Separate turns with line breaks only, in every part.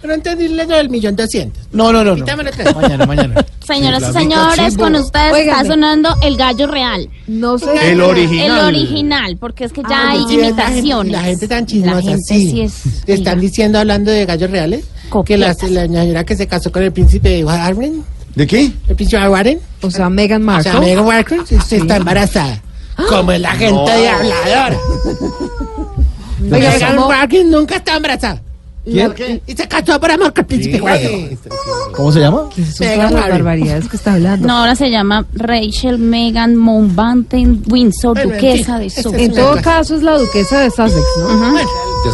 Pero antes dile lo del millón doscientos.
No, no, no. no.
Quítamelo tres.
Mañana, mañana.
Señoras
Sí,
y
claro.
señores, con ustedes
Óigame.
está sonando el gallo real.
No sé.
El original.
El original, porque es que ya
Ah,
hay
Sí, es la gente-
imitaciones.
La gente tan chismosa,
La gente
sí.
sí es,
Te están
oiga.
diciendo, hablando de gallos reales, que la,
Coquetas.
la señora que se casó con el príncipe de Warren,
¿De qué?
el príncipe de Warren,
O sea, Megan
o
Markle.
sea, Meghan Markle, se- se está embarazada. Como la gente de habladora.
Oiga,
Meghan
¿cómo-
Markle nunca está embarazada.
¿Quién?
Y se casó por amor con el príncipe Warren.
¿Cómo se llama?
son
Meghan
todas las
Markle.
barbaridades que está hablando.
No, ahora se llama Rachel Megan Mountbatten Windsor,
Bueno, en
duquesa
fin,
de
este
Sussex.
En todo caso es la duquesa de Sussex, ¿no?
¿De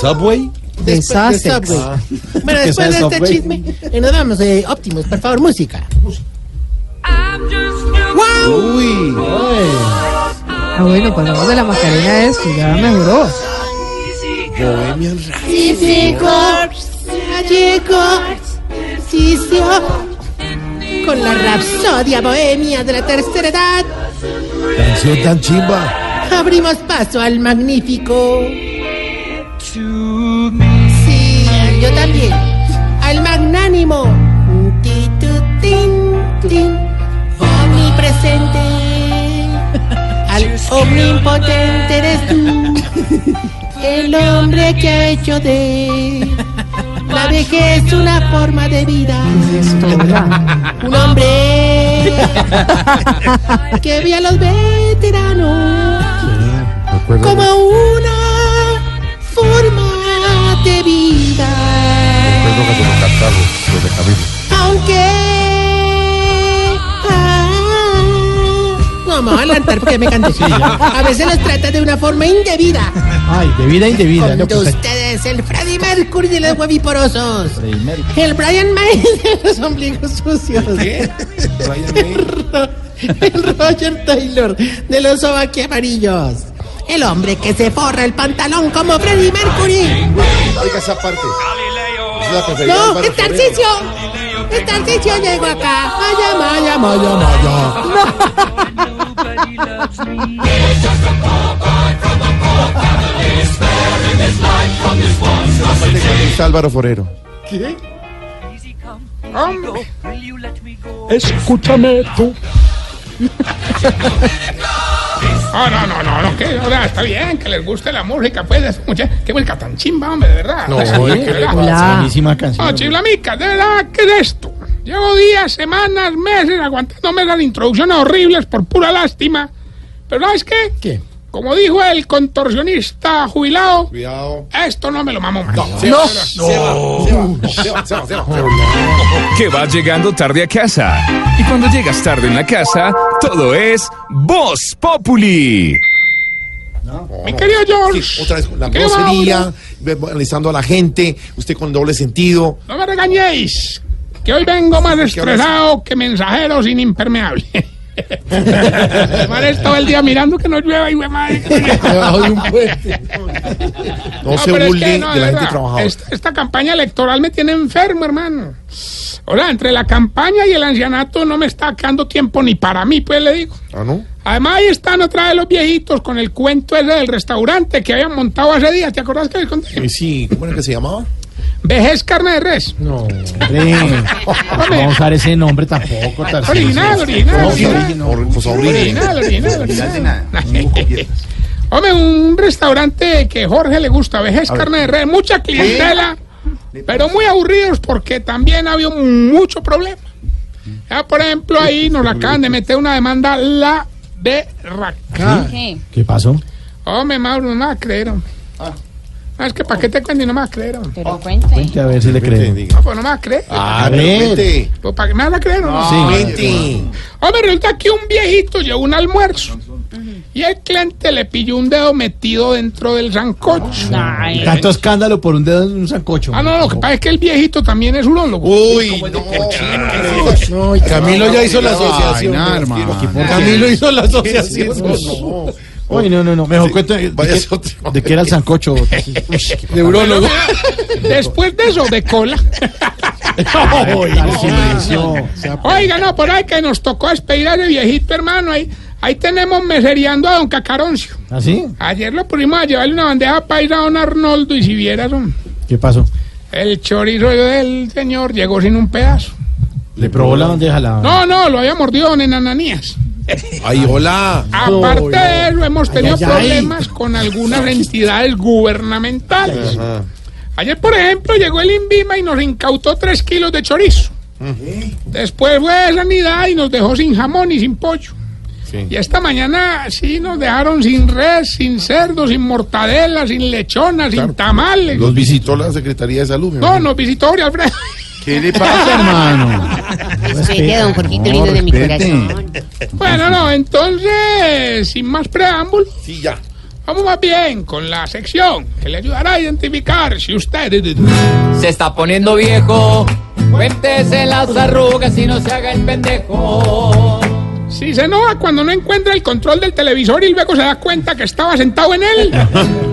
Subway?
De
Después de
Sussex.
Subway. Bueno,
Que
después de
sea
este
Subway.
chisme, eh, nos vamos. Eh, Optimus, por favor, música.
Uy.
Ah, bueno, cuando hablamos de la Macarena es que ya mejoró.
Bohemian Rhapsody.
Sissy Corps, Calle Corps, Sisio. Con la rapsodia bohemia de la tercera edad,
Canción tan chimba.
abrimos paso al magnífico. Sí, yo también. Al magnánimo. Ti, tu, tin, tin. Omnipresente. Al omnipotente eres tú. El hombre que ha hecho de la vejez una forma de vida. Un hombre que ve a los veteranos como una forma de vida. Aunque. ah, No, me voy a adelantar porque me canto. A veces los trata de una forma indebida.
Ay, de vida indebida.
Con ustedes, el Freddy Mercury de los hueviporosos. El Brian May de los ombligos sucios. El Roger Taylor de los sobaquiamarillos. El hombre que se forra el pantalón como Freddy Mercury.
Oiga esa parte. Es la preferida del
No,
barrio
es Tarcicio. Es Tarcicio llegó acá. Vaya, vaya, vaya, vaya.
Forero. Esa parte que Álvaro Forero.
Escúchame tú. Ah, no, no, no, no, que, o sea, está bien que les guste la música, pues, es mucha, qué vuelta tan chimba, hombre, de verdad.
No,
O sea,
oye,
de
qué
verdad.
Hola.
Buenísima canción.
No, chiflamica, de verdad, ¿qué es esto? Llevo días, semanas, meses aguantándome las introducciones horribles por pura lástima. Pero ¿sabes qué?
¿Qué?
Como dijo el contorsionista jubilado,
Cuidado.
esto no me lo mamo más.
Se va, se va, se va, se va, se va, se va.
que vas llegando tarde a casa. Y cuando llegas tarde en la casa, todo es Voz Populi.
Mi querido George.
Sí, otra vez, la
mi querido
grosería,
Mauro,
analizando a la gente, usted con doble sentido.
No me regañéis, que hoy vengo más
ahora
estresado que mensajero sin impermeable. Además, he estado el día mirando que no llueva y güey, madre.
Debajo de un puente. No, se
pero es que
burle
no,
de la gente
verdad,
trabajadora.
Esta, esta campaña electoral me tiene enfermo, hermano. Ahora, entre la campaña y el ancianato no me está quedando tiempo ni para mí, pues le digo.
Ah, ¿no?
Además, ahí están otra vez los viejitos con el cuento ese del restaurante que habían montado hace días. ¿Te acordás que les conté?
Eh, Sí, ¿cómo era que se llamaba?
Vejez carne de res.
No, hombre. No
Hombre,
voy a usar ese nombre tampoco. Tarcisio.
Original, original,
No,
original.
original.
Or- Pues Aurini.
Original, original, original. Hombre, un restaurante que Jorge le gusta, vejez carne de res, mucha clientela, pero muy aburridos porque también había mucho problema. Ya, por ejemplo, ahí nos acaban de meter una demanda la de
Ah,
¿Qué?
¿Qué pasó?
Hombre, Mauro, no me vas a creer, hombre. No, es que para qué te cuento y no me vas a creer, hombre.
Pero cuente.
Cuente a ver si le creen.
No, pues no me vas a creer.
A ver.
Vente.
Pues, ¿Para qué me vas a creer o no?
Vente.
Hombre, resulta que un viejito llevó un almuerzo y el cliente le pilló un dedo metido dentro del sancocho.
Ay,
Tanto escándalo por un dedo en un sancocho.
Ah, no, lo que pasa es que el viejito también es urólogo.
Uy, no.
No, y
Camilo ya hizo la asociación.
Vaina, hermano.
Camilo hizo la asociación.
Uy, no, no, no. Mejor cuente de,
Vaya,
qué-
es otro.
de qué era el sancocho. Uy, qué-
De urologo.
Después de eso, de cola.
Ay, Tarcisio.
Oiga, no, por ahí que nos tocó despedir a ese viejito, hermano. Ahí, ahí tenemos mesereando a don Cacaroncio.
¿Así?
Ayer lo pusimos a llevarle una bandeja paisa a don Arnoldo y si vieras, hombre,
¿Qué pasó?
El chorizo del señor llegó sin un pedazo.
Le probó la bandeja a la.
No, no, lo había mordido en ananías.
Ay, hola.
Aparte de eso, hemos tenido
ay, ay.
problemas con algunas entidades gubernamentales.
Ajá.
Ayer, por ejemplo, llegó el INVIMA y nos incautó tres kilos de chorizo. Después fue Sanidad y nos dejó sin jamón y sin pollo.
Sí.
Y esta mañana sí nos dejaron sin res, sin cerdo, sin mortadela, sin lechona,
Claro.
sin tamales.
Los visitó la Secretaría de Salud. me
No,
imagino.
nos visitó Jorge Alfredo.
¿Qué le pasa,
hermano.
Respete a don Jorgito lindo de mi
respete.
corazón.
Bueno, no, entonces, sin más preámbulos,
Sí, ya.
vamos más bien con la sección que le ayudará a identificar si usted...
Se está poniendo viejo. Cuéntese las arrugas y no se haga el pendejo.
Si se enoja cuando no encuentra el control del televisor y luego se da cuenta que estaba sentado en él.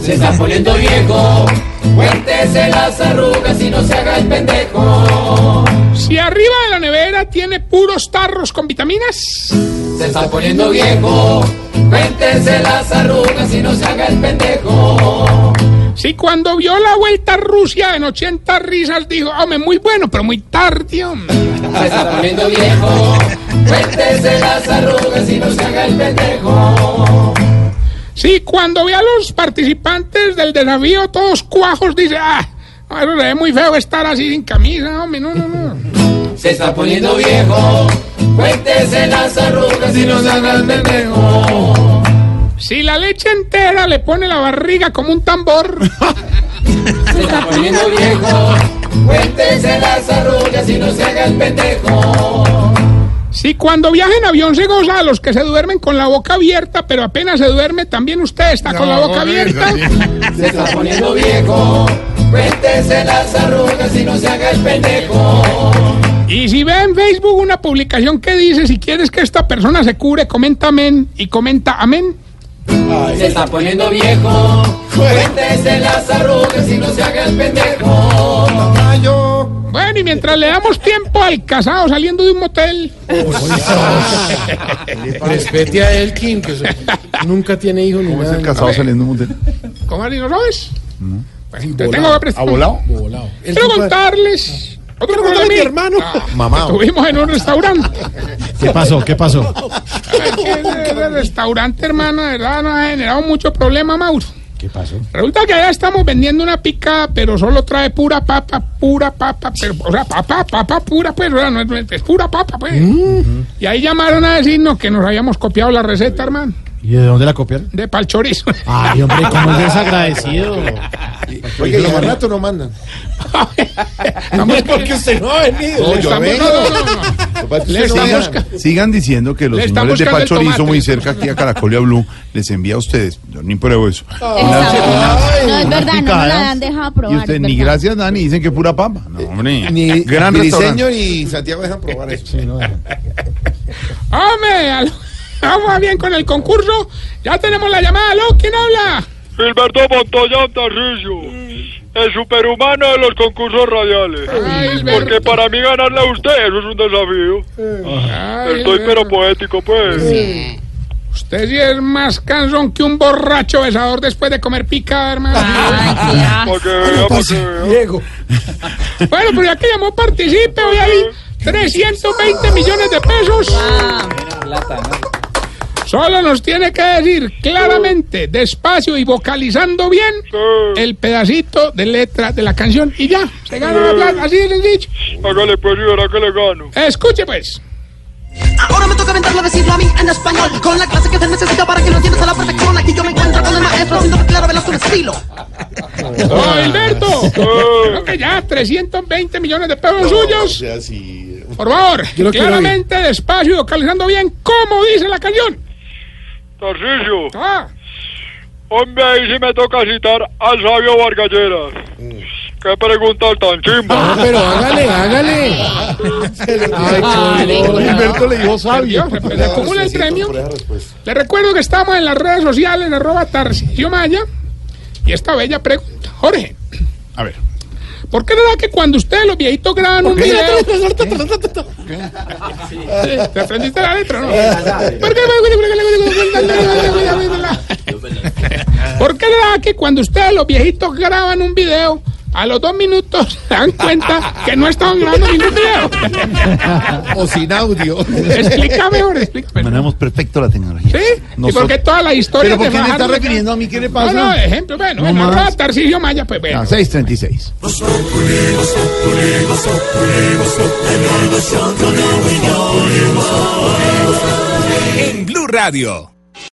Se está poniendo viejo. Cuéntese las arrugas y no se haga el pendejo.
Si arriba de la nevera tiene puros tarros con vitaminas.
Se está poniendo viejo. Cuéntese las arrugas y no se haga el pendejo.
Si cuando vio la vuelta a Rusia en 80 risas dijo, hombre, muy bueno, pero muy tarde. hombre".
Se está poniendo viejo. Cuéntese las arrugas y no se haga el pendejo.
Si cuando ve a los participantes del desafío todos cuajos dice, ah, no, eso se ve muy feo estar así sin camisa, hombre, no, no, no.
Se está poniendo viejo. Cuéntese las arrugas y no se haga el pendejo.
Si la leche entera le pone la barriga como un tambor.
Se está poniendo viejo. Cuéntese las arrugas y no se haga el pendejo.
Si cuando viaja en avión se goza a los que se duermen con la boca abierta, pero apenas se duerme, también usted está con la boca abierta.
Se está poniendo viejo. Cuéntese las arrugas y no se haga el pendejo.
Y si ve en Facebook una publicación que dice, si quieres que esta persona se cure, comenta amén y comenta amén.
Se está poniendo viejo. Cuéntese las arrugas y no se haga el pendejo.
Bueno, y mientras le damos tiempo al casado saliendo de un motel,
Respete a Elkin, que se- nunca tiene hijos ni
¿Cómo es
nada.
el casado saliendo de un motel?
¿cómo así no sabes? Pues te tengo que
¿Ha
prestar.
volado?
Volado.
Quiero contarles otro
Pregúntale a mi
problemita
hermano. Mamá.
que tuvimos en un restaurante.
¿Qué pasó? ¿Qué pasó?
El restaurante, hermano, de verdad nos ha generado mucho problema, Mauro.
¿Qué pasó?
Resulta que allá estamos vendiendo una pica, pero solo trae pura papa, pura papa, pero, o sea, papa, papa, pura, pues, o sea, no es, no es- es pura papa, pues.
Mm.
Y ahí llamaron a decirnos que nos habíamos copiado la receta, hermano,
¿Y de dónde la copiaron?
de palchorizo.
Ay, hombre, cómo es desagradecido.
Oye, los baratos no mandan.
Estamos-
usted no ha venido.
le
yo
estamos-
vengo.
no, no, no, no. Le estamos ca-
Sigan diciendo que los
Le están
señores de
buscando el
Pachorizo,
tomate.
muy cerca aquí a Caracolia Blue, les envía a ustedes. Yo ni pruebo eso.
El sabor. No, es verdad, no me la
picadas.
han dejado
Y
probar.
ustedes
es
ni
verdad.
gracias dan y dicen que pura papa. No, hombre.
Ni,
Gran
ni
restaurante.
diseño ni Santiago dejan probar eso.
Hombre, al- vamos bien con el concurso. Ya tenemos la llamada, ¿aló? ¿Quién habla?
Gilberto Montoya Tarrillo, el superhumano de los concursos radiales.
Ay,
Porque
Alberto.
para mí ganarle a usted eso es un desafío.
Ay,
Estoy pero
Alberto.
poético, pues.
Sí.
Usted sí es más cansón que un borracho besador después de comer pica, hermano.
Ay, qué asco.
Para que vea, para que vea.
Diego.
Bueno, pero ya que llamó, participe. Hoy hay 320 millones de pesos. Solo nos tiene que decir claramente, despacio y vocalizando bien,
Sí.
el pedacito de letra de la canción. Y ya, se gana la plata. Así de sencillo.
Hágale pues y verá que le gano.
Escuche, pues.
Ahora me toca aventarlo a decirlo a mí en español Con la clase que te necesita para que lo entiendas a la perfección Aquí yo me encuentro con el maestro haciendo claro veloz su estilo
¡Oh, Alberto! Creo
Eh,
que ya, 320 millones de pesos
O
suyos.
sea, si...
Por favor,
lo quiero
claramente, despacio y vocalizando bien, como dice la canción.
Tarrillo,
Ah.
hombre, ahí sí me toca citar al sabio Vargalleras. ¿Qué pregunta tan chimba?
Pero hágale, hágale. Ay,
Diego, no.
Alberto le dijo
Dios, se le acumula el premio. Le recuerdo que estamos en las redes sociales, en arroba Tarcisio Maya. Y esta bella pregunta, Jorge,
A ver.
¿por qué no da que cuando ustedes los viejitos graban un video... Sí, ¿Te aprendiste la letra, no? ¿Por qué no da que cuando ustedes los viejitos graban un video A los dos minutos se dan cuenta que no estaban grabando ningún video.
O sin audio.
Explícame, hombre, explícame.
Manejamos perfecto la tecnología.
¿Sí? ¿Y por qué toda la historia
¿Pero por
de
qué me
Fajardo
está
de-
refiriendo a mí? ¿Qué le
No,
pasa?
no, ejemplo, bueno,
No
bueno,
más.
Tarcisio Maya, pues bueno.
Ah, 636.
En Blue Radio,